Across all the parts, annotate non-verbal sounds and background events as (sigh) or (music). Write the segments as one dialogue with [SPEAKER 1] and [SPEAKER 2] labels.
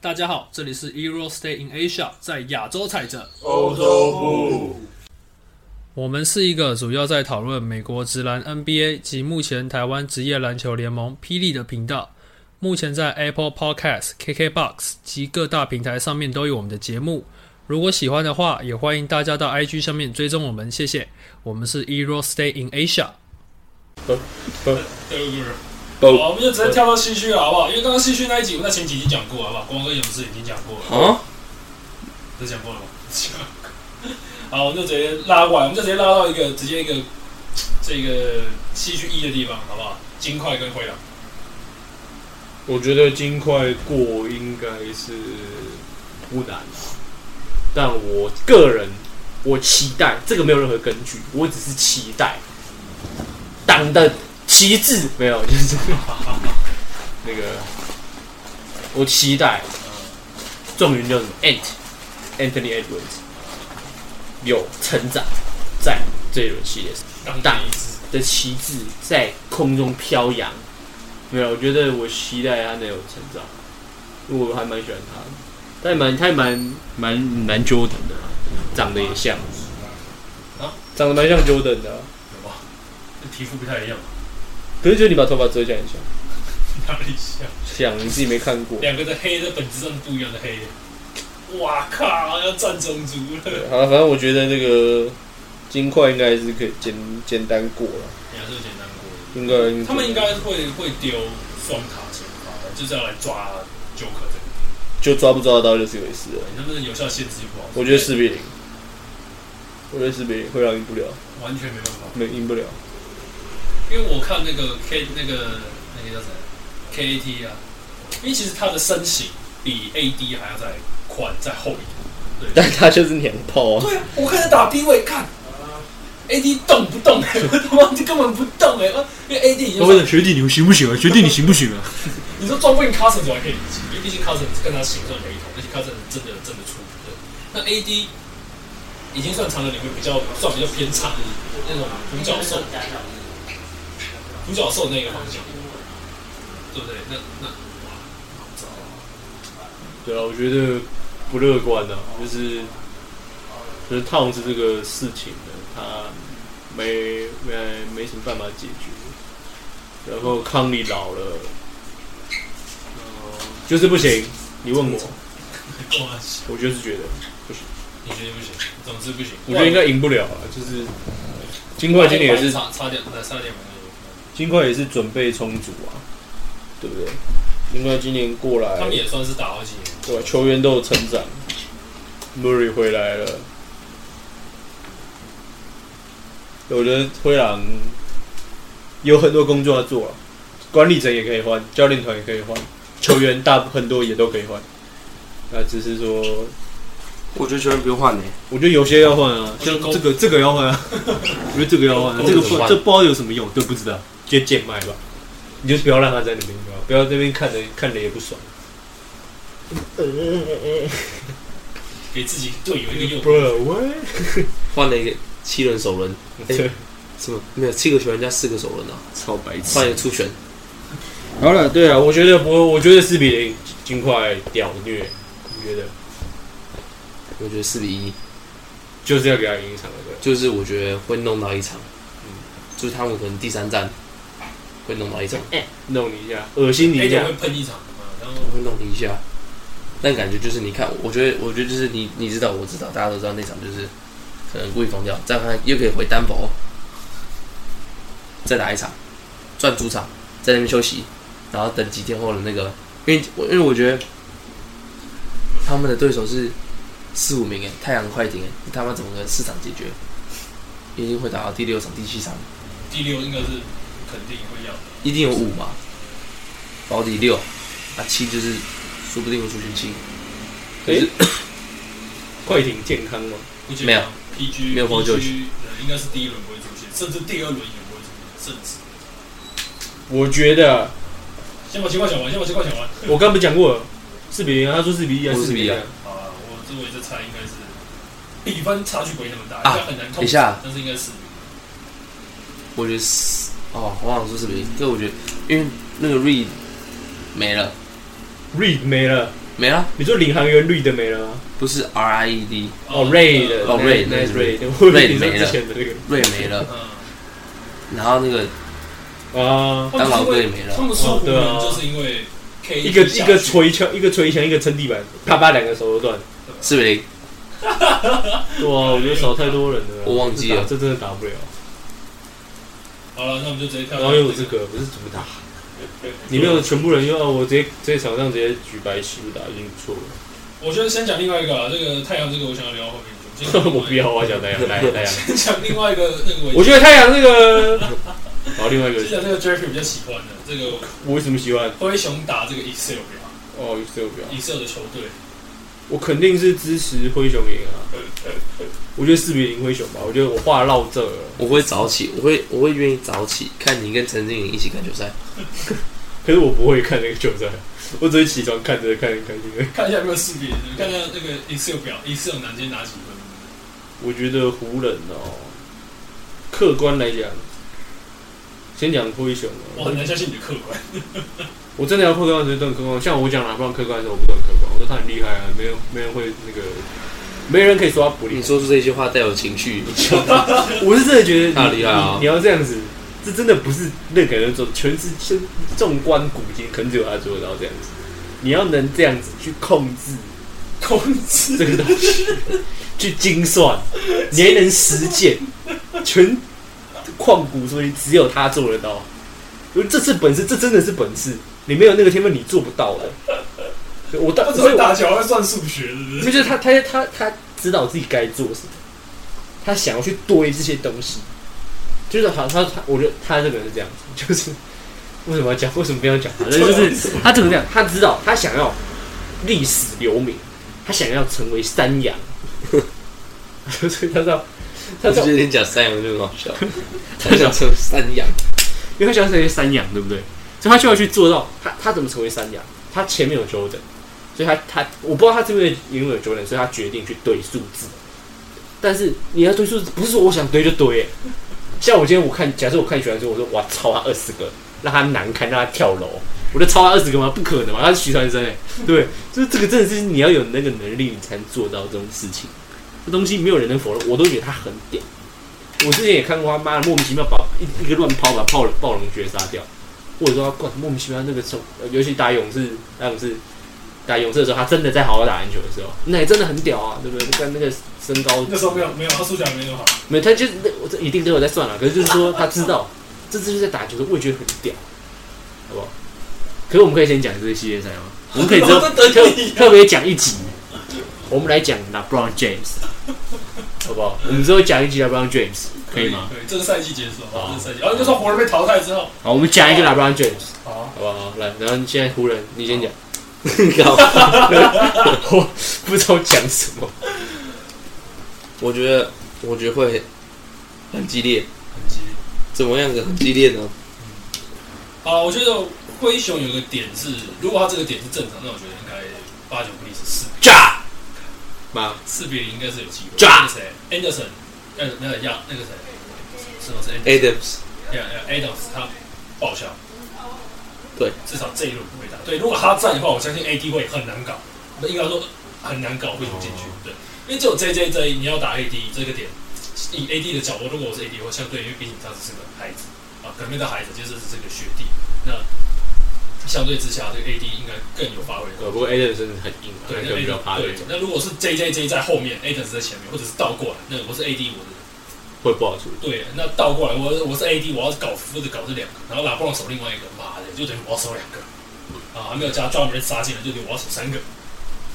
[SPEAKER 1] 大家好，这里是 Euro Stay in Asia，在亚洲踩着。
[SPEAKER 2] 欧洲部，
[SPEAKER 1] 我们是一个主要在讨论美国职篮 NBA 及目前台湾职业篮球联盟霹雳的频道。目前在 Apple Podcast、KKBox 及各大平台上面都有我们的节目。如果喜欢的话，也欢迎大家到 IG 上面追踪我们，谢谢。我们是 Euro Stay in Asia。
[SPEAKER 2] 不
[SPEAKER 3] 好，我们就直接跳到西区了，好不好？因为刚刚西区那一集，我在前集已经讲过，好不好？光哥勇士已经讲过了，
[SPEAKER 2] 啊，
[SPEAKER 3] 都讲过了吗？ (laughs) 好，我们就直接拉过来，我们就直接拉到一个直接一个这个西区一的地方，好不好？金块跟灰狼，
[SPEAKER 2] 我觉得金块过应该是不难啊，但我个人我期待这个没有任何根据，我只是期待党的旗帜没有，就是那个我期待状元叫什么 Ant Anthony Edwards 有成长在这一轮系列赛。
[SPEAKER 3] 当
[SPEAKER 2] 大
[SPEAKER 3] 一支
[SPEAKER 2] 的旗帜在空中飘扬。没有，我觉得我期待他能有成长，因为我还蛮喜欢他的，他也蛮他也蛮蛮蛮 Jordan 的啊，长得也像，
[SPEAKER 3] 啊
[SPEAKER 2] 长得蛮像 Jordan 的啊、
[SPEAKER 3] 有吧？这皮肤不太一样，
[SPEAKER 2] 可是就你把头发遮起来很像，
[SPEAKER 3] 哪里像？
[SPEAKER 2] 像你自己没看过。
[SPEAKER 3] 两个的黑在本质上不一样的黑，哇靠，要占种族了。
[SPEAKER 2] 好了，反正我觉得这个金块应该是可以简简单过了，
[SPEAKER 3] 你还是有简单过。
[SPEAKER 2] 应该
[SPEAKER 3] 他们应该会会丢双塔前发，就是要来抓九可这个。
[SPEAKER 2] 就抓不抓得到就是一回事了。
[SPEAKER 3] 你能不能有效限制就不好说。
[SPEAKER 2] 我觉得四比零，我觉得四比零会让赢不了，
[SPEAKER 3] 完全没办法，
[SPEAKER 2] 没赢不了。
[SPEAKER 3] 因为我看那个 K 那个那个叫什么 KAT 啊，因为其实他的身形比 AD 还要再宽再厚一点。
[SPEAKER 2] (laughs) 但他就是娘炮啊！
[SPEAKER 3] 对啊，我看他打低位看。AD 动不动、 (laughs) 欸？我他妈就根本不动哎、因为 AD 已经
[SPEAKER 4] 问学弟你行不行啊？学弟你行不行啊？
[SPEAKER 3] 你说装不赢 Cousins 我还可以理解，因为毕竟 Cousins 跟他形状雷同，而且 Cousins 真的真的出对。那 AD 已经算长了，你会比较算比较偏长的那种独角兽，独角兽那个方向，对不对？那那哇，好糟啊！
[SPEAKER 2] 对啊，我觉得不乐观啊，就是就是烫是这个事情呢，他没没没什么办法解决。然后康利老了，呃就是不行。你问我，
[SPEAKER 3] 哇，
[SPEAKER 2] 我就是觉得，
[SPEAKER 3] 你觉得不行？总之不行。
[SPEAKER 2] 我觉得应该赢不了啊。就是金块今年也是
[SPEAKER 3] 差差点，差点没
[SPEAKER 2] 金块也是准备充足啊，对不对？金块今年过来，
[SPEAKER 3] 有，他们也算是打好几年。
[SPEAKER 2] 对吧，球员都有成长。Murray 回来了，我觉得灰狼有很多工作要做啊，管理者也可以换，教练团也可以换，球员大部很多也都可以换。那只是说，
[SPEAKER 4] 我觉得球员不用换呢、
[SPEAKER 2] 我觉得有些要换啊，
[SPEAKER 3] 我觉
[SPEAKER 2] 像
[SPEAKER 3] 得
[SPEAKER 2] 这个这个要换啊，
[SPEAKER 3] (laughs)
[SPEAKER 2] 我觉得这个要换、啊，这个不
[SPEAKER 4] 换
[SPEAKER 2] 这不知道有什么用，都不知道，就贱卖吧。你就不要让他在那边，不要不要在那边看着看着也不爽。
[SPEAKER 3] 给自己队友一个诱惑，
[SPEAKER 2] Bro，喂，
[SPEAKER 4] 换了一个七人首轮，
[SPEAKER 2] 对，
[SPEAKER 4] 什么没有七个球员加四个首轮啊？
[SPEAKER 2] 超白痴
[SPEAKER 4] 换一个初选，
[SPEAKER 2] 好了，对啊，我觉得不，我觉得四比零，金块屌虐，你觉得
[SPEAKER 4] 我觉得四比一，
[SPEAKER 2] 就是要给他赢一场了，对。
[SPEAKER 4] 就是我觉得会弄到一场，嗯就是他们可能第三站会弄到一场，
[SPEAKER 2] 弄你一下，恶心你
[SPEAKER 3] 而
[SPEAKER 2] 一
[SPEAKER 3] 且
[SPEAKER 2] 下
[SPEAKER 3] 会，喷一场嘛，然后
[SPEAKER 4] 会弄你一下。但感觉就是你看，我觉得我觉得就是你你知道我知道，大家都知道那场就是可能故意封掉，这样看又可以回单薄，再打一场，赚主场，在那边休息，然后等几天后的那个，因为我因为我觉得他们的对手是四五名哎，太阳快艇哎，你他妈怎么个四场解决？一定会打到第六场、第七场，
[SPEAKER 3] 第六应该是肯定会要的。
[SPEAKER 4] 一定有五嘛，保底六，啊七就是说不定会出现七，可是、
[SPEAKER 2] 快艇健康吗？
[SPEAKER 3] 不健康
[SPEAKER 4] 没有
[SPEAKER 3] PG
[SPEAKER 4] 没有黄酒
[SPEAKER 3] PG 呃应该是第一轮不会出现，甚至第二轮也不会出现，甚至
[SPEAKER 2] 我觉得，啊
[SPEAKER 3] 先把情况讲完，先把情况讲完。
[SPEAKER 2] 我刚不讲过了，四比零啊，他说四比一啊，
[SPEAKER 4] 我是
[SPEAKER 2] 四一啊
[SPEAKER 4] 4比
[SPEAKER 3] 好啊，我这我也在猜，应该是比分差距不会那么大，
[SPEAKER 4] 啊
[SPEAKER 3] 应该很难控
[SPEAKER 4] 等一
[SPEAKER 3] 制，
[SPEAKER 4] 下
[SPEAKER 3] 但是应该是
[SPEAKER 4] 我觉得是哦，我忘了说什么，因为我觉得因为那个 Reed 没了，
[SPEAKER 2] ，Reed 没了，
[SPEAKER 4] 没了，
[SPEAKER 2] 你说领航员绿的没了吗？
[SPEAKER 4] 不是 R I E D，
[SPEAKER 2] 哦，Ray 的，
[SPEAKER 4] 哦，Ray 的
[SPEAKER 2] Nice Ray (laughs) 的，我以为
[SPEAKER 4] Ray
[SPEAKER 2] 你说
[SPEAKER 4] 没了
[SPEAKER 2] 之前的那个
[SPEAKER 4] 瑞没
[SPEAKER 3] (laughs)
[SPEAKER 4] 了，
[SPEAKER 3] 嗯，
[SPEAKER 4] 然后那个
[SPEAKER 2] 啊，
[SPEAKER 4] 当老哥也没
[SPEAKER 3] 他
[SPEAKER 4] 了，
[SPEAKER 3] 们说湖
[SPEAKER 2] 哦对啊
[SPEAKER 3] 人就是因为 K
[SPEAKER 2] 一个一个捶墙，一个捶墙，一个撑地板，啪啪两个手都断。
[SPEAKER 4] 四比零，
[SPEAKER 2] 对啊，我觉得少太多人了啊，
[SPEAKER 4] 我忘记了
[SPEAKER 2] 这真的打不了。
[SPEAKER 3] 好了，那我们就直接跳
[SPEAKER 2] 然
[SPEAKER 3] 到
[SPEAKER 2] 后
[SPEAKER 3] 这
[SPEAKER 2] 又
[SPEAKER 3] 个。
[SPEAKER 2] 有这个，不是怎么打？你没有全部人用啊，我直接这场上直接举白旗打已经不错了。
[SPEAKER 3] 我觉得先讲另外一个啊，这个太阳这个我想要聊到后面去。先讲
[SPEAKER 2] (laughs) (laughs) 我不要，我想太阳，来太 (laughs) 阳。
[SPEAKER 3] 先讲另外一个那个，
[SPEAKER 2] 我觉得太阳这个， (laughs) 好，另外一
[SPEAKER 3] 得先讲
[SPEAKER 2] 个
[SPEAKER 3] 这个 Jeffrey 比较喜欢的这个
[SPEAKER 2] 我为什么喜欢？
[SPEAKER 3] 灰熊打这个 Excel 表
[SPEAKER 2] 哦，Excel 表，
[SPEAKER 3] ，Excel 的球队。
[SPEAKER 2] 我肯定是支持灰熊赢啊。我觉得四比零灰熊吧，我觉得我话唠这了。
[SPEAKER 4] 我会早起，我会我会愿意早起看你跟陈静颖一起看球赛，
[SPEAKER 2] 可是我不会看那个球赛，我只会起床看着看着开心而已。
[SPEAKER 3] 看一下有没有四比零，看一下那个 Excel 表，Excel 男今天拿几分？
[SPEAKER 2] 我觉得湖人哦，客观来讲，先讲灰熊
[SPEAKER 3] 我
[SPEAKER 2] 哦
[SPEAKER 3] 很，难相信你的客观。
[SPEAKER 2] 我真的要客观的时候客观，像我讲哪棒客观的时候，我不很客观，我说他很厉害啊，没有没人会那个，没人可以说他不厉
[SPEAKER 4] 你
[SPEAKER 2] 害。
[SPEAKER 4] 说出这句话带有情绪，
[SPEAKER 2] 我是真的觉得
[SPEAKER 4] 他
[SPEAKER 2] 你
[SPEAKER 4] 厉害啊
[SPEAKER 2] 你你要这样子，这真的不是任何人做，全是全纵观古今，可能只有他做得到这样子。你要能这样子去控制
[SPEAKER 3] 控制
[SPEAKER 2] 这个东西，去精算，你还能实践，全旷古所以只有他做得到。因为这是本事，这真的是本事，你没有那个天分，你做不到的。对我
[SPEAKER 3] 他
[SPEAKER 2] 当
[SPEAKER 3] 只
[SPEAKER 2] 所以
[SPEAKER 3] 会
[SPEAKER 2] 我
[SPEAKER 3] 打球，还会算数学，是不是？
[SPEAKER 2] 就是他他他他知道自己该做什么，他想要去堆这些东西，就是好他他，我觉得他这个人是这样子，就是为什么要讲为什么不要讲他，
[SPEAKER 3] (laughs)
[SPEAKER 2] 就是他怎么讲，他知道他想要历史留名，他想要成为山羊， (laughs) 所以他知道他
[SPEAKER 4] 我
[SPEAKER 2] 知道
[SPEAKER 4] 觉，得你讲山羊就很好笑，他想成为山羊，
[SPEAKER 2] 因为他想要成为山羊，对不对？所以他就要去做到他他怎么成为山羊，他前面有 Jordan，所以他他我不知道他这边因为有 Jordan，所以他决定去堆数字。但是你要堆数字，不是说我想堆就堆、欸。像我今天我看，假设我看徐传生，我说哇超他二十个，让他难堪，让他跳楼，我就超他二十个吗？不可能嘛，他是徐传生哎、对，就是这个真的是你要有那个能力，你才能做到这种事情。这东西没有人能否认，我都觉得他很屌。我之前也看过他妈的莫名其妙把一一个乱抛把暴龙暴龙爵杀掉，或者说他干莫名其妙那个时候，呃尤其打勇士打勇士打勇士的时候，他真的在好好打篮球的时候，那也真的很屌啊，对不对？看那个身高，
[SPEAKER 3] 那时候没有没有，他数学还没那么好。
[SPEAKER 2] 没有，他就是那我这一定都有在算了，啊可是就是说他知道这次就是在打球的时候，我也觉得很屌，好不好？可是我们可以先讲这个系列赛吗？我们可以之
[SPEAKER 3] 我
[SPEAKER 2] 后
[SPEAKER 3] 在等
[SPEAKER 2] 特
[SPEAKER 3] 你啊
[SPEAKER 2] 特别讲一集，我们来讲 LeBron James，好不好？我们之后讲一集 LeBron James 可以吗？
[SPEAKER 3] 可以，这个赛季结束，这个赛季，然哦后就算湖人被淘汰之后，
[SPEAKER 2] 好，我们讲一个 LeBron James，
[SPEAKER 3] 好，
[SPEAKER 2] 好不好？来，然后现在湖人，你先讲，
[SPEAKER 4] 搞
[SPEAKER 2] (laughs) 我不知道讲什么。
[SPEAKER 4] 我觉得，我觉得会很激烈。
[SPEAKER 3] 很激烈。
[SPEAKER 4] 怎么样的很激烈呢？
[SPEAKER 3] 好，我觉得灰熊有个点是，如果他这个点是正常，那我觉得应该八九不离十四
[SPEAKER 2] 炸妈，
[SPEAKER 3] 四比零应该是有机会。
[SPEAKER 2] 炸
[SPEAKER 3] 那个谁，Anderson，呃，那个亚那个谁，是吗？是
[SPEAKER 4] Adams，
[SPEAKER 3] Adams，Adams 他报销。
[SPEAKER 4] 对，
[SPEAKER 3] 至少这一轮不会打。对，如果他在的话，我相信 AD 会很难搞，那应该说很难搞，会怎么进去？对，因为只有 JJ 这一你要打 AD 这个点，以 AD 的角度，如果我是 AD，我相对因为毕竟他只是个孩子啊，可能没到孩子，就是只是个学弟，那相对之下，这个 AD 应该更有发挥空间
[SPEAKER 2] 呃，不过 a d a 真的很硬啊，
[SPEAKER 3] 对，
[SPEAKER 2] 那
[SPEAKER 3] 那
[SPEAKER 2] 个
[SPEAKER 3] A
[SPEAKER 2] 比较趴的
[SPEAKER 3] 对，那如果是 J J J 在后面，A 等是在前面，或者是倒过来，那我是 A D，我的
[SPEAKER 2] 会不好处理。
[SPEAKER 3] 对，那倒过来，我我是 A D，我要搞或者搞这两个，然后拉布朗守另外一个，妈的，就等于我要守两个啊，还没有加 d r u m m 杀进来，就等于我要守三个，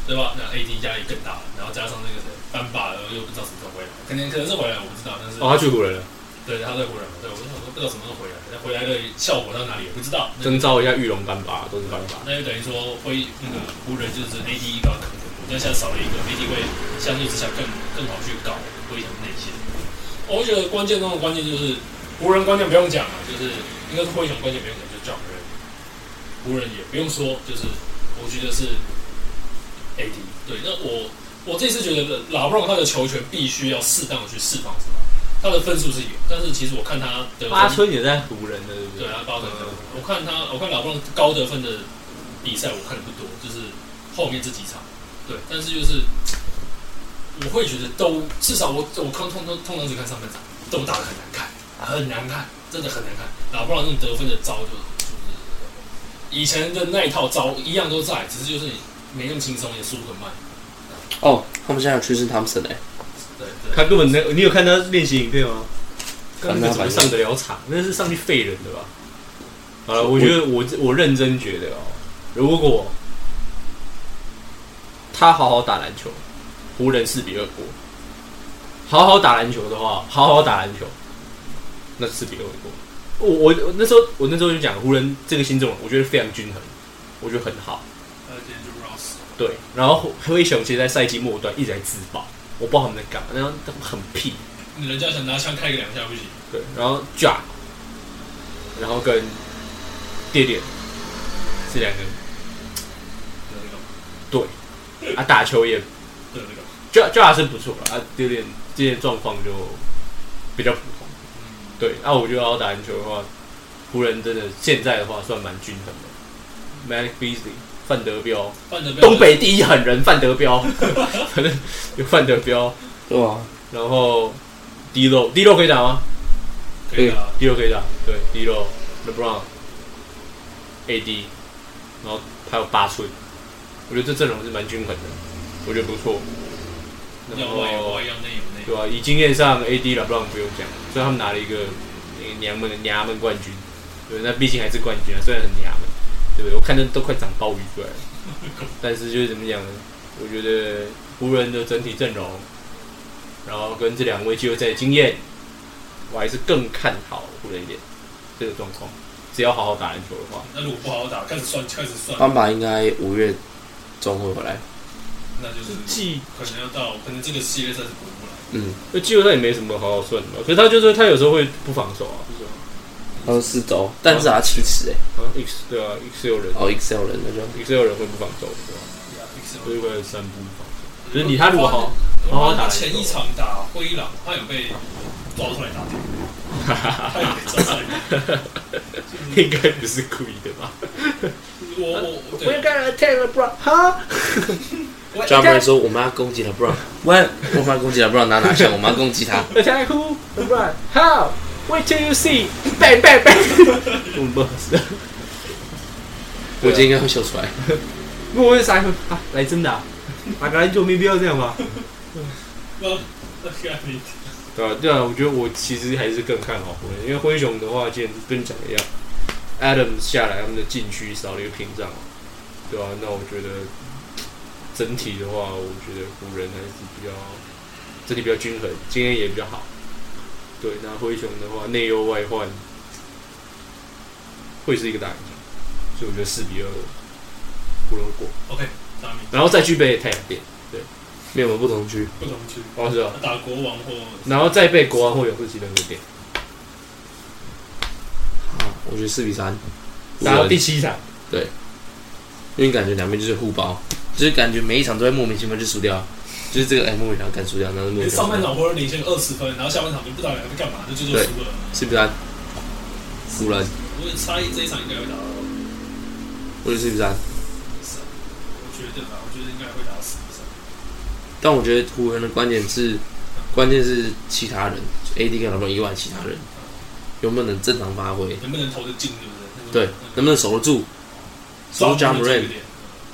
[SPEAKER 3] 对吧？那 A D 压力更大，然后加上那个谁班霸，然后又不知道什么时候回来，可能可能是回来，我不知道，但是
[SPEAKER 2] 哦，他去湖人了，
[SPEAKER 3] 对，他在湖人嘛，对，我就想说不知道什么时候回来，那回来的效果到哪里也不知道，那
[SPEAKER 2] 征召一下玉龙班吧，都是班吧。
[SPEAKER 3] 那就等于说灰那个湖人就是 AD 一高可能，但现在少了一个 AD 会相对之下更更好去搞灰熊内线。我觉得关键中的关键就是湖人关键不用讲了，就是应该是灰熊关键不用讲，就是撞人。湖人也不用说，就是我觉得是 AD。对，那我我这次觉得拉布朗他的球权必须要适当的去释放出来，他的分数是有，但是其实我看他的
[SPEAKER 2] 八村也在湖人的，对嗯不
[SPEAKER 3] 对
[SPEAKER 2] 对？
[SPEAKER 3] 啊，八得分。我看他，我看老布朗高得分的比赛我看的不多，就是后面这几场，对，但是就是我会觉得都至少我我看通通通常只看上半场，都打得很难看，很难看，真的很难看。打不了那种得分的招就就是以前的那一套招一样都在，只是就是没那么轻松，也输很慢。
[SPEAKER 4] 哦，他们现在有 Tristan Thompson 哎、
[SPEAKER 3] 对对，
[SPEAKER 2] 他根本能，你有看他练习影片吗？
[SPEAKER 4] 看
[SPEAKER 2] 看那
[SPEAKER 4] 他
[SPEAKER 2] 个怎么上得了场？那是上去废人的吧？好了，我觉得我我认真觉得哦，如果他好好打篮球，湖人四比二过；好好打篮球的话，好好打篮球，那四比二会过。我我我那时候我那时候就讲湖人这个新阵容，我觉得非常均衡，我觉得很好。
[SPEAKER 3] 而且就 Ross
[SPEAKER 2] 对，然后灰熊其实，在赛季末端一直在自爆，我不知道他们在干嘛，那样很屁。
[SPEAKER 3] 你人家想拿枪开个两下不行，
[SPEAKER 2] 对，然后 Ja，然后跟爹爹这两个
[SPEAKER 3] 得那个
[SPEAKER 2] 啊，打球也
[SPEAKER 3] 得那个，
[SPEAKER 2] Ja Ja 是不错啦啊，丢点这些状况就比较普通。
[SPEAKER 3] 嗯，
[SPEAKER 2] 对，那、我觉得要打篮球的话，湖人真的现在的话算蛮均衡的。Malik Beasley、范德彪，
[SPEAKER 3] 范德
[SPEAKER 2] 东北第一狠人范德彪，反正有范德彪，
[SPEAKER 4] 对啊吧？
[SPEAKER 2] 然后 D 肉 D 肉可以打吗
[SPEAKER 3] 可以啊，
[SPEAKER 2] ？D 肉可以打，对 D 肉 LeBron、AD，然后还有八寸，我觉得这阵容是蛮均衡的，我觉得不错。然
[SPEAKER 3] 要
[SPEAKER 2] 后
[SPEAKER 3] 外有外，要内有内。
[SPEAKER 2] 对啊，以经验上，AD 老布朗不用讲，所以他们拿了一个呃娘们娘们冠军，对，那毕竟还是冠军啊，虽然很娘们，对不对？我看着都快长鲍鱼出来了， (laughs) 但是就是怎么讲呢？我觉得湖人的整体阵容，然后跟这两位季后赛的经验，我还是更看好湖人一点这个状况。只要好好打篮球的话，
[SPEAKER 3] 那如果不好好打，开始算开始算，
[SPEAKER 4] 班巴应该五月中会回来，
[SPEAKER 3] 那就是
[SPEAKER 2] 季
[SPEAKER 3] 可能要到可能这个系列赛是不会来。
[SPEAKER 4] 嗯，
[SPEAKER 2] 那季后赛也没什么好好算的嘛，可是他就是他有时候会不防守啊，就是
[SPEAKER 4] 他说四周，但是他七尺哎，
[SPEAKER 2] 啊，X 对啊，X 有人
[SPEAKER 4] 哦，Excel 人那就
[SPEAKER 2] X 有人会不防守，对吧？所以会有三步防守。可是你他如果好，
[SPEAKER 3] 我
[SPEAKER 2] 好好
[SPEAKER 3] 妈
[SPEAKER 2] 打
[SPEAKER 3] 他
[SPEAKER 2] 篮球
[SPEAKER 3] 前一场打灰狼，他有被抓出来打掉，他有被抓出来打掉。
[SPEAKER 2] 应该不是故意的吧？
[SPEAKER 3] 我我我
[SPEAKER 2] 我
[SPEAKER 3] 对，
[SPEAKER 2] gonna attack the bro，哈，
[SPEAKER 4] 专门说我们要攻击 LeBron，我我们要攻击 LeBron 拿哪项？我们要攻击他，
[SPEAKER 2] attack who the bro how wait till you see bang bang bang，我不是，
[SPEAKER 4] 我今天应该会秀出来。
[SPEAKER 2] 不我是啥啊？来真的、啊，打个篮球没必要这样吧？
[SPEAKER 3] 那那个你
[SPEAKER 2] 对啊，对啊，我觉得我其实还是更看好湖人，因为灰熊的话，今天跟你讲的一样，Adams 下来，他们的禁区少了一个屏障，对啊，那我觉得整体的话，我觉得湖人还是比较整体比较均衡，经验也比较好。对，那灰熊的话，内忧外患会是一个大影响，所以我觉得四比二湖人会过，
[SPEAKER 3] OK，大明
[SPEAKER 2] 然后再去被太阳变，
[SPEAKER 4] 没有我们不同区，
[SPEAKER 3] 不同区
[SPEAKER 2] 哦是啊，
[SPEAKER 3] 打国王或
[SPEAKER 2] 然后再被国王或勇士、骑兵给变，
[SPEAKER 4] 我觉得四比三，
[SPEAKER 2] 打到
[SPEAKER 4] 第
[SPEAKER 2] 第，七场。
[SPEAKER 4] 因为感觉两边就是互包，就是感觉每一场都在莫名其妙就输掉，就是这个哎莫名其妙干输掉，然后莫名其妙
[SPEAKER 3] 上半场或者领先二十分，然后下半场就不知道你在干嘛，就就就输了。
[SPEAKER 4] 四比三，湖人，
[SPEAKER 3] 我也猜这一场应该会打到，我
[SPEAKER 4] 我觉得四比三，
[SPEAKER 3] 觉得吧，我觉得应该会打到四比三。
[SPEAKER 4] 但我觉得湖人的关键是，关键是其他人，AD 跟 LeBron 以外其他人
[SPEAKER 3] 嗯
[SPEAKER 4] 有没有能正常发挥，
[SPEAKER 3] 能不能投得进，对不对？
[SPEAKER 4] 对，能不能守得住，守住 j a m
[SPEAKER 3] 不
[SPEAKER 4] r
[SPEAKER 3] 这
[SPEAKER 4] a
[SPEAKER 3] 个
[SPEAKER 4] n
[SPEAKER 3] 点。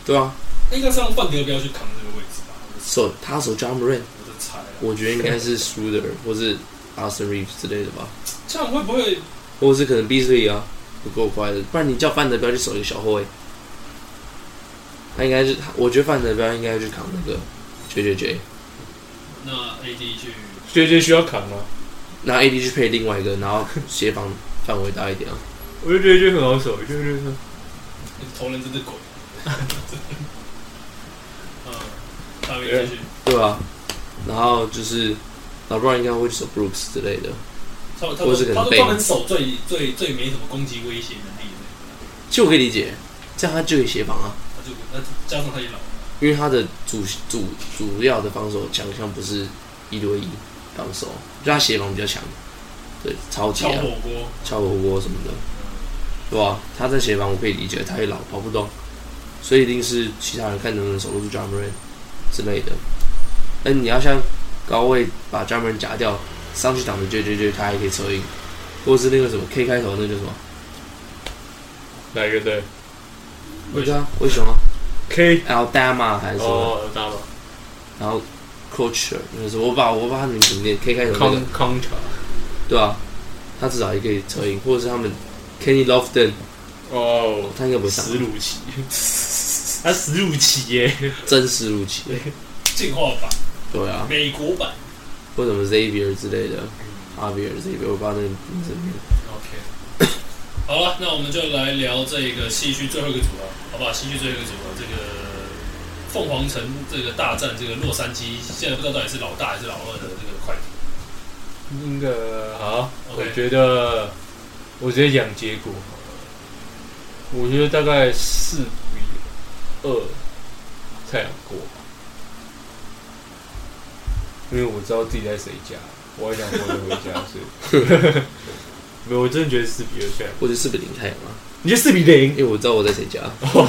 [SPEAKER 4] 对啊，
[SPEAKER 3] 应该是让范德彪去扛这个位置吧，我的
[SPEAKER 4] 守他守 j a m r a n
[SPEAKER 3] 我的猜啊。
[SPEAKER 4] 我觉得应该是 Schroeder (laughs) 或是 Austin Reeves 之类的吧，
[SPEAKER 3] 这样会不会
[SPEAKER 4] 或者是可能 Beasley 啊，不够快的，不然你叫范德彪去守一个小后卫，他应该是，我觉得范德彪应该去扛那个 J J J，
[SPEAKER 3] 那 AD 去？
[SPEAKER 2] 绝对需要扛吗？
[SPEAKER 4] 然后 AD 去配另外一个，然后协防范围大一点啊，
[SPEAKER 2] 我就觉得就很好守，就是
[SPEAKER 3] 投人真的鬼。 (laughs) 嗯，大卫继续，
[SPEAKER 4] (laughs) 对啊，然后就是老布朗应该会去守 Brooks 之类的，
[SPEAKER 3] 他他
[SPEAKER 4] 或者是可能
[SPEAKER 3] 他都
[SPEAKER 4] 贝
[SPEAKER 3] 专门守最最最没什么攻击威胁能力的，
[SPEAKER 4] 其实我可以理解，这样他就可以协防啊，
[SPEAKER 3] 他就那加上他也老，
[SPEAKER 4] 因为他的主主主要的防守强项不是一对一防守，就他协防比较强，对，超级
[SPEAKER 3] 敲
[SPEAKER 4] 啊，
[SPEAKER 3] 火锅，
[SPEAKER 4] 敲火锅什么的，对吧、他在协防我可以理解，他也老跑不动，所以一定是其他人看能不能守得住 j a m a r n 之类的。但你要像高位把 j a m a r n 夹掉，上去挡着 J J J，他还可以策应，或者是那个什么 K 开头那个叫什么？
[SPEAKER 2] 哪一个队
[SPEAKER 4] 不知道为什么
[SPEAKER 2] ？K
[SPEAKER 4] Aldama 啊还是什么？
[SPEAKER 2] 哦，大吧
[SPEAKER 4] 然后 Coacher 那个时候我把哎我把他名字念 K 开头那个
[SPEAKER 2] 康康查
[SPEAKER 4] 对啊，他至少也可以策应，或者是他们 Kenny Lofton，
[SPEAKER 2] 哦，
[SPEAKER 4] 他应该不会上
[SPEAKER 2] 史鲁奇， (laughs) 他史鲁奇耶，
[SPEAKER 4] 真实入奇。
[SPEAKER 3] 进化版、
[SPEAKER 4] 对啊，
[SPEAKER 3] 美国版。
[SPEAKER 4] 或者什么 Xavier 之类的，Xavier Xavier，我不知道那个名字。
[SPEAKER 3] OK，好了，那我们就来聊这个戏剧最后一个组合，好不好？戏剧最后一个组合，这个凤凰城这个大战，这个洛杉矶，现在不知道到底是老大还是老二的这个快艇。
[SPEAKER 2] 那个好，我
[SPEAKER 3] OK
[SPEAKER 2] 觉得我直接讲结果好了，我觉得大概四比二太阳过，因为我知道自己在谁家，我还想回回家，所以 (laughs) 没有，我真的觉得四比二太阳，
[SPEAKER 4] 我觉得是不是林太阳啊？
[SPEAKER 2] 你觉得四比零 (laughs)
[SPEAKER 4] 因？为我知道我在谁家，
[SPEAKER 2] 好，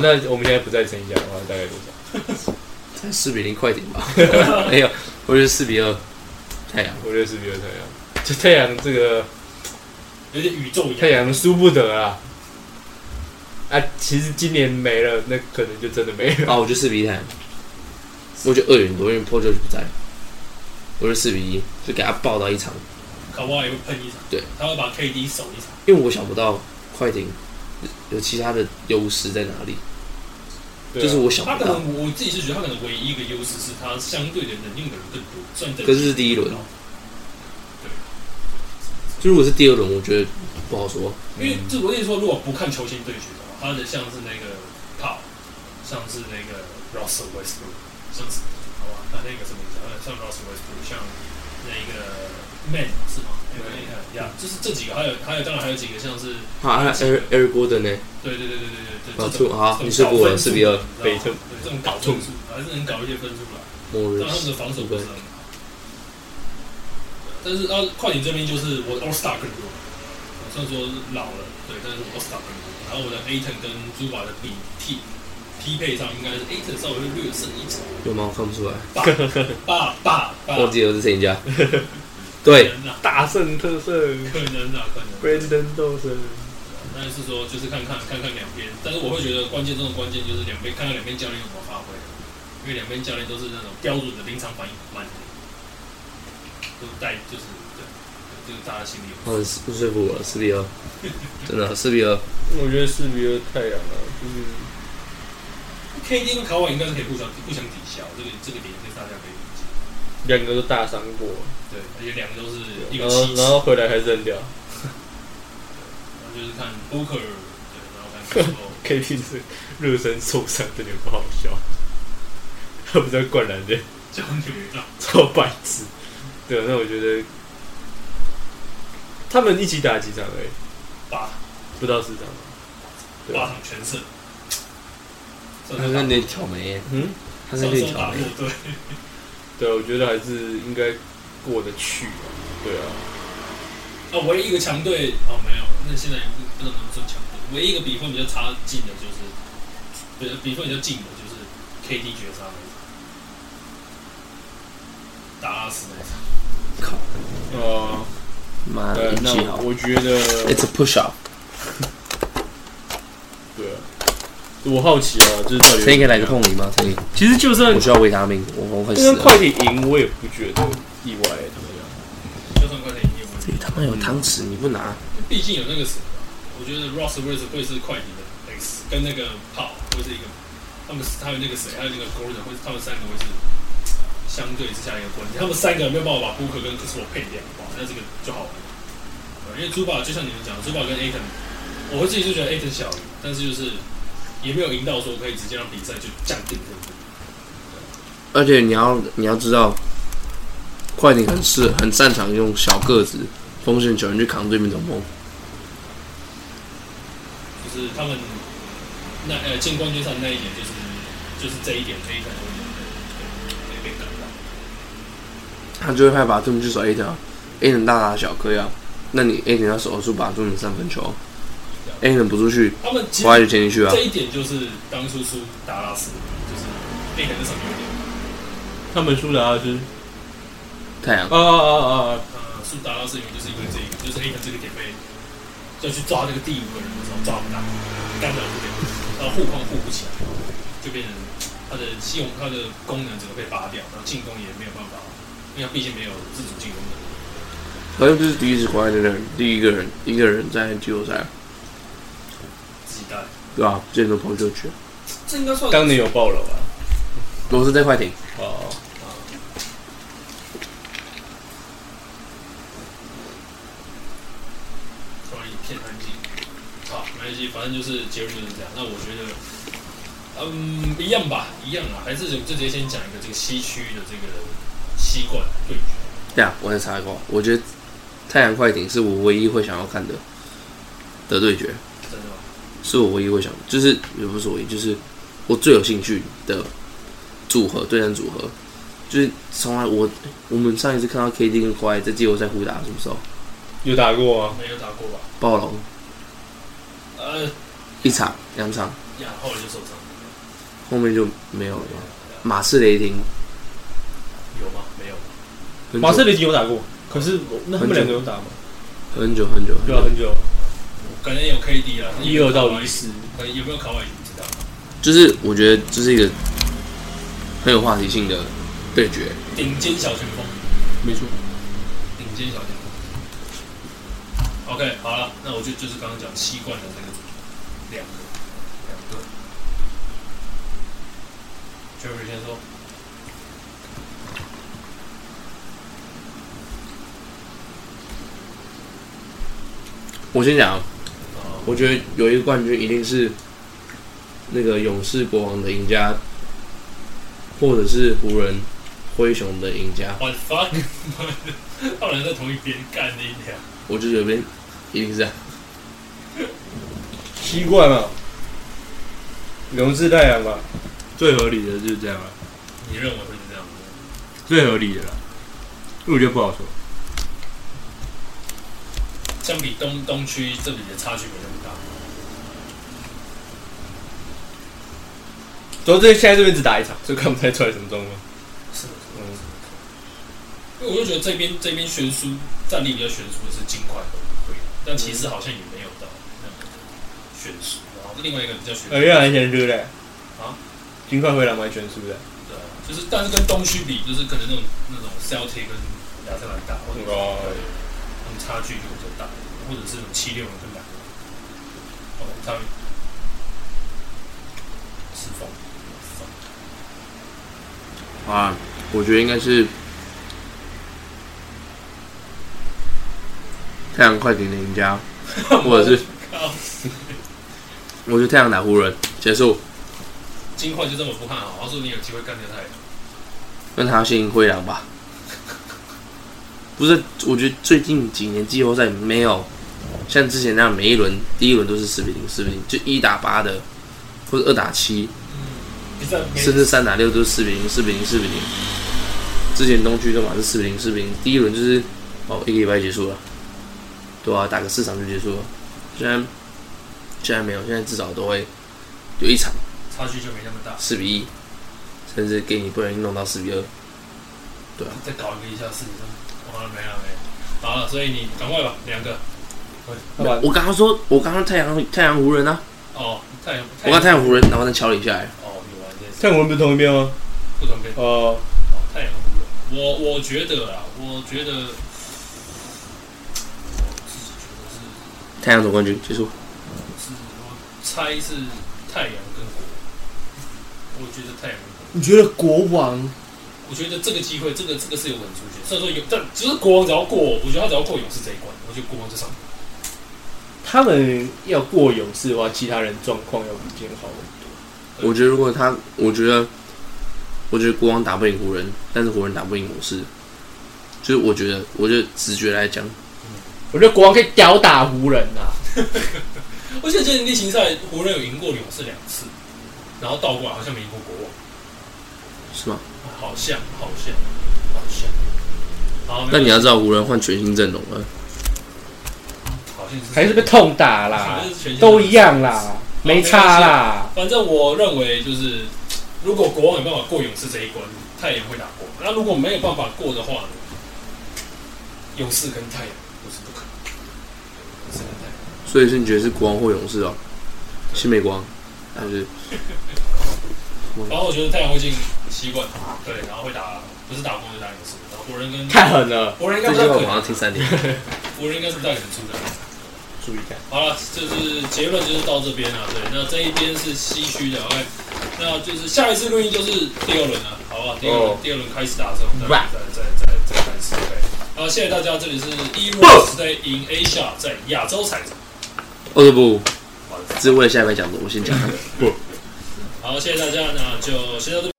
[SPEAKER 2] 那我们现在不在陈家的话，大概多少？
[SPEAKER 4] 才四比零快点
[SPEAKER 2] (laughs)
[SPEAKER 4] 吧。没有，我觉得四比二太阳。
[SPEAKER 2] 我觉得四比二太阳，这太阳这个
[SPEAKER 3] 有点宇宙一
[SPEAKER 2] 太
[SPEAKER 3] 样，
[SPEAKER 2] 阳输不得啊！啊，其实今年没了，那可能就真的没了。
[SPEAKER 4] 啊，我觉得四比一太阳。我觉得二元多，因为 p o j o 不在。我觉得四比一，就给他爆到一场，
[SPEAKER 3] 搞不好也会喷一场，
[SPEAKER 4] 对，
[SPEAKER 3] 他会把 KD 守一场，
[SPEAKER 4] 因为我想不到快艇有其他的优势在哪里，
[SPEAKER 2] 对啊
[SPEAKER 4] 就是我想
[SPEAKER 3] 他可
[SPEAKER 4] 不到。
[SPEAKER 3] 能我自己是觉得他可能唯一一个优势是他相对的能用的人更多，虽然等级
[SPEAKER 4] 可是是第一轮
[SPEAKER 3] 不高
[SPEAKER 4] 就如果是第二轮，我觉得不好说。
[SPEAKER 3] 因为
[SPEAKER 2] 嗯
[SPEAKER 3] 这我跟你说，如果不看球星对决的话，他的像是那个 Pop，像是那个 Russell Westbrook，像是好吧，他那个什么名字？呃像 Russell Westbrook，像那个 Man 是吗？那个那个呀，就是这几个，还有还有当然还有几个像是
[SPEAKER 4] 好，还有 Air Air 啊 Gordon 呢？
[SPEAKER 3] 对对对对对对
[SPEAKER 4] 搞
[SPEAKER 3] 对，
[SPEAKER 4] 错好啊你
[SPEAKER 3] 这
[SPEAKER 4] 是
[SPEAKER 3] 种
[SPEAKER 4] 不我
[SPEAKER 3] 搞分数
[SPEAKER 4] 4比2
[SPEAKER 3] 的
[SPEAKER 2] 北
[SPEAKER 3] 你知道
[SPEAKER 2] 特
[SPEAKER 3] 吗对这种搞分
[SPEAKER 4] 嗯
[SPEAKER 3] 数，还是能搞一些分数来。
[SPEAKER 4] 莫
[SPEAKER 3] 但
[SPEAKER 4] 瑞
[SPEAKER 3] 他们
[SPEAKER 4] 斯
[SPEAKER 3] 的防守不是很好。但是啊，快艇这边就是我 All Star 更多，我虽然说老了，对，但是我 All Star 更多。然后我的 Aton 跟朱宝的比匹匹配上，应该是 Aton 稍微会略胜一筹。
[SPEAKER 4] 有吗？我看不出来，
[SPEAKER 3] 爸爸爸，
[SPEAKER 4] 忘记了是谁家。对，
[SPEAKER 3] 可能啊，
[SPEAKER 2] 大胜特胜
[SPEAKER 3] 可能啊，可能。
[SPEAKER 2] ，Brandon 斗胜。
[SPEAKER 3] 那就是说，就是看看看看两边，但是我会觉得关键中的关键就是两边看看两边教练有没有发挥，啊因为两边教练都是那种标准的临场反应慢的，都带就是对，就是大家心里有
[SPEAKER 4] 他们不说服我了，四比二，真的四比二。
[SPEAKER 2] 我觉得四比二太阳啊，就是
[SPEAKER 3] KD 跟卡瓦应该是可以互相互相抵消，这个这个点是大家可以理解。
[SPEAKER 2] 两个都大伤过，
[SPEAKER 3] 对，而且两个都是一个
[SPEAKER 2] 然
[SPEAKER 3] 七
[SPEAKER 2] 后
[SPEAKER 3] 尺，
[SPEAKER 2] 然后回来还扔掉
[SPEAKER 3] 然后就是看 Booker，对，然后看 c o
[SPEAKER 2] ，KD 是热身受伤，真的不好笑。他不知道灌篮的，
[SPEAKER 3] 教练让
[SPEAKER 2] 超白痴。对啊，那我觉得他们一起打几场而已，
[SPEAKER 3] 八
[SPEAKER 2] 不到四场吧。对
[SPEAKER 3] 八
[SPEAKER 2] 啊，
[SPEAKER 3] 场全胜，
[SPEAKER 4] 他
[SPEAKER 3] 算
[SPEAKER 4] 在
[SPEAKER 3] 是
[SPEAKER 4] 那
[SPEAKER 3] 打
[SPEAKER 4] 里挑眉耶，
[SPEAKER 2] 嗯。
[SPEAKER 4] 他在
[SPEAKER 3] 算
[SPEAKER 4] 那里
[SPEAKER 3] 是
[SPEAKER 4] 挑
[SPEAKER 3] 打
[SPEAKER 4] 眉
[SPEAKER 3] 破。对。
[SPEAKER 2] 对，啊我觉得还是应该过得去吧。对啊，
[SPEAKER 3] 啊，唯一一个强队哦，没有，那现在也不不能那么说强队，唯一一个比分比较差近的就是，比比分比较近的就是 KD 绝杀那一场，达拉斯那一场，
[SPEAKER 4] 靠，
[SPEAKER 2] 呃，
[SPEAKER 4] 妈的
[SPEAKER 2] 对，
[SPEAKER 4] 啊运
[SPEAKER 2] 呃那
[SPEAKER 4] 气好。
[SPEAKER 2] 我觉得，
[SPEAKER 4] It's a push up，
[SPEAKER 2] 对啊，我好奇啊，就是到底
[SPEAKER 4] 陈毅可以来个，碰你吗？陈毅，
[SPEAKER 2] 其实就算
[SPEAKER 4] 我需要维他命，我我快
[SPEAKER 2] 就
[SPEAKER 4] 死
[SPEAKER 2] 算
[SPEAKER 4] 了。
[SPEAKER 2] 快艇赢，我也不觉得意外欸怎么样。
[SPEAKER 3] 就算快艇赢，我觉
[SPEAKER 4] 你
[SPEAKER 3] 得
[SPEAKER 4] 他妈有汤匙你不拿？
[SPEAKER 3] 毕竟有那个什么，我觉得 Ross 会是会是快艇的 X，跟那个 Paul 会是一个，他们他们那个谁，还有那个 Gordon 会，他们三个会是相对之下一个关键，他们三个没有办法把 Booker 跟 c o 配掉，哇，那这个就好玩了。对因为珠宝就像你们讲，珠宝跟 Aton，我会自己就觉得 Aton 小于，但是就是也没有赢到说可以直接让比赛就降定分。
[SPEAKER 4] 而且你要你要知道，快艇很是很擅长用小个子锋线球员去扛对面中锋。
[SPEAKER 3] 就是他们那呃进冠军赛那一点，就是就是这一点，这一点我觉得被被被打到。
[SPEAKER 4] 他就会害怕对面去守 A 条，A 人大打小哥呀。那你 A 点要守得住把住你三分球，
[SPEAKER 3] 对啊
[SPEAKER 4] A 人不出去，
[SPEAKER 3] 他们其实
[SPEAKER 4] 花也前进去啊
[SPEAKER 3] 这。一点就是当初输达拉斯，就是那个人的什么有点，
[SPEAKER 2] 他们输的啊，就是
[SPEAKER 4] 太阳
[SPEAKER 2] 啊啊啊啊啊！
[SPEAKER 3] 呃，输达拉斯原因就是因为这一个，就是黑人这个点被要去抓那个第五个人的时候抓不到，干扰不了，然后护框护不起来，就变成他的信用他的功能整个被拔掉，然后进攻也没有办法，因为他毕竟没有自主进攻能力。
[SPEAKER 4] 好像就是第一次国外的人，第一个人，一个人在季后赛，
[SPEAKER 3] 自己带，
[SPEAKER 4] 对吧、之前都跑就去，
[SPEAKER 3] 这应该算
[SPEAKER 2] 当年有啊爆了吧？
[SPEAKER 4] 我是在快艇，
[SPEAKER 2] 哦，
[SPEAKER 3] 突然一片安静。好，没关系，反正就是结论就是这样。那我觉得，嗯，一样吧，一样啊。还是我们就直接先讲一个这个西区的这个西冠对决。
[SPEAKER 4] 对啊，我在查一个，我觉得太阳快艇是我唯一会想要看的的对决，
[SPEAKER 3] 真的吗？
[SPEAKER 4] 是我唯一会想，就是也不是唯一，就是我最有兴趣的组合对战组合，就是从来我我们上一次看到 KD 跟 k 在季后赛互打什么时候？
[SPEAKER 2] 有打过啊？
[SPEAKER 3] 没有打过吧？
[SPEAKER 4] 暴龙
[SPEAKER 3] 呃，
[SPEAKER 4] 一场两场，
[SPEAKER 3] 呀，后来就受伤，
[SPEAKER 4] 后面就没有了嘛。马刺雷霆，
[SPEAKER 3] 有吗？没有。
[SPEAKER 4] 很久
[SPEAKER 2] 马刺雷霆有打过，可是我那他们两个有打吗？
[SPEAKER 4] 很久很久很
[SPEAKER 2] 对啊，
[SPEAKER 4] 久，
[SPEAKER 2] 很久，
[SPEAKER 3] 可能有 KD 啊，
[SPEAKER 2] 一二到一四。
[SPEAKER 3] 可能有没有卡哇伊不知道。
[SPEAKER 4] 就是我觉得这是一个很有话题性的对决。
[SPEAKER 3] 顶尖小前锋，
[SPEAKER 2] 没错，
[SPEAKER 3] 顶尖小前锋。OK，好了，那我就就是刚刚讲七冠的这个组合，两个，两个。Jerry 先说，
[SPEAKER 4] 我先讲啊，
[SPEAKER 3] 啊，
[SPEAKER 4] 我觉得有一个冠军一定是那个勇士国王的赢家，或者是湖人灰熊的赢家。
[SPEAKER 3] 我 fuck，妈 (laughs) 的，他们在同一边干你俩，
[SPEAKER 4] 我就觉得有边一定是这样。
[SPEAKER 2] 七冠啊，勇士太阳吧，最合理的就是这样了，啊
[SPEAKER 3] 你认为会是这样吗？
[SPEAKER 2] 最合理的了。我觉得不好说，
[SPEAKER 3] 相比东东区这里的差距没那么大，
[SPEAKER 2] 主要这现在这边只打一场，所以看不太出来什么状况。
[SPEAKER 3] 是的，是的
[SPEAKER 2] 嗯
[SPEAKER 3] 因为我就觉得这边这边悬殊战力比较悬殊的是金块和灰，但骑士好像也没有到那个悬殊，然后另外一个比较悬殊，
[SPEAKER 2] 呃，越南先输的
[SPEAKER 3] 啊，
[SPEAKER 2] 金块回来蛮全输的，
[SPEAKER 3] 对啊，就是但是跟东区比，就是可能那种那种 Celtic 跟亚特兰大或者是
[SPEAKER 2] 哦
[SPEAKER 3] 对，那种差距就比较大，或者是那种七六人跟两个人，哦，他们是否
[SPEAKER 4] 啊，我觉得应该是太阳快艇的赢家，或者是
[SPEAKER 3] 靠
[SPEAKER 4] 我觉得太阳打湖人结束，
[SPEAKER 3] 金块就这么不看好，他说你有机会干掉他也
[SPEAKER 4] 让他先赢灰狼吧。 (laughs) 不是，我觉得最近几年季后赛没有像之前那样每一轮第一轮都是四比零、四比零，就一打八的，或者二打七，
[SPEAKER 3] 比赛没
[SPEAKER 4] 甚至三打六都是四比零、四比零、四比零。之前东区都嘛是四比零、四比零，第一轮就是哦一个礼拜结束了，对啊，打个四场就结束了。虽然虽然没有，现在至少都会有一场
[SPEAKER 3] 差距就没那么大，
[SPEAKER 4] 四比一，甚至给你不小心弄到四比二。
[SPEAKER 3] 再搞一个一下四比三，完了没了没了，好了，所以你赶快吧，两个
[SPEAKER 2] 好吧，
[SPEAKER 4] 我刚刚说，我刚刚太阳太阳湖人啊，
[SPEAKER 3] 哦，太阳
[SPEAKER 4] 我
[SPEAKER 3] 太
[SPEAKER 4] 刚
[SPEAKER 3] 阳
[SPEAKER 4] 太阳湖人，然后再敲了一下来。
[SPEAKER 3] 哦，有啊，这
[SPEAKER 2] 泰国人不是同一边吗？
[SPEAKER 3] 不准备
[SPEAKER 2] 哦，
[SPEAKER 3] 哦，太阳湖人，我我觉得啊，我觉得我自己觉得是。
[SPEAKER 4] 太阳总冠军结束，
[SPEAKER 3] 是我猜是太阳跟国，我觉得太阳跟国，
[SPEAKER 2] 你觉得国王
[SPEAKER 3] 我觉得这个机会，这个这个是有可能出现。虽然说有，但只是国王只要过，我觉得他只要过勇士这一关，我觉得国王就上。
[SPEAKER 2] 他们要过勇士的话，其他人状况要比今天好很多。
[SPEAKER 4] 我觉得如果他，我觉得，我觉得国王打不赢湖人，但是湖人打不赢勇士，就是我觉得，我觉得直觉来讲，
[SPEAKER 2] 我觉得国王可以屌打湖人啊，
[SPEAKER 3] 而且今年例行赛，湖人有赢过勇士两次，然后倒过来好像没赢过国王，
[SPEAKER 4] 是吗？
[SPEAKER 3] 好像好像好像。好，没
[SPEAKER 4] 但
[SPEAKER 3] 关
[SPEAKER 4] 你
[SPEAKER 3] 系
[SPEAKER 4] 啊要知道，湖人换全新阵容了，
[SPEAKER 3] 好好像是
[SPEAKER 5] 还是被痛打啦
[SPEAKER 3] 反，正是全新的
[SPEAKER 5] 都一样啦，没差啦。
[SPEAKER 3] 反正我认为就是，如果国王有办法过勇士这一关，太阳会打过。那如果没有办法过的话呢，勇士跟太阳不是不可能。勇士跟太阳
[SPEAKER 4] 所以是你觉得是国王或勇士哦？新美国王，那就是
[SPEAKER 3] 然后我觉得太阳会进七冠，对，然后会打不是打国就打勇士，然后国人跟
[SPEAKER 5] 太狠了，
[SPEAKER 3] 国人应该不
[SPEAKER 4] 这句
[SPEAKER 3] 太
[SPEAKER 4] 话
[SPEAKER 3] 可
[SPEAKER 4] 我好
[SPEAKER 3] 能
[SPEAKER 4] 像，听三年。
[SPEAKER 3] 国人应该是不太可能出的。
[SPEAKER 5] 注意看，
[SPEAKER 3] 好了，就是结论就是到这边了。对，那这一边是西区的，OK，那就是下一次录音就是第二轮了，好不好？第二轮、
[SPEAKER 5] 哦
[SPEAKER 3] 第二轮开始打的时候，再再再再再开始，OK。然后谢谢大家，这里是 e r o s Day in Asia，在亚洲采访。
[SPEAKER 4] 哦不不，这是为了下一排讲的，我先讲。
[SPEAKER 3] 好，谢谢大家，那就先到这边。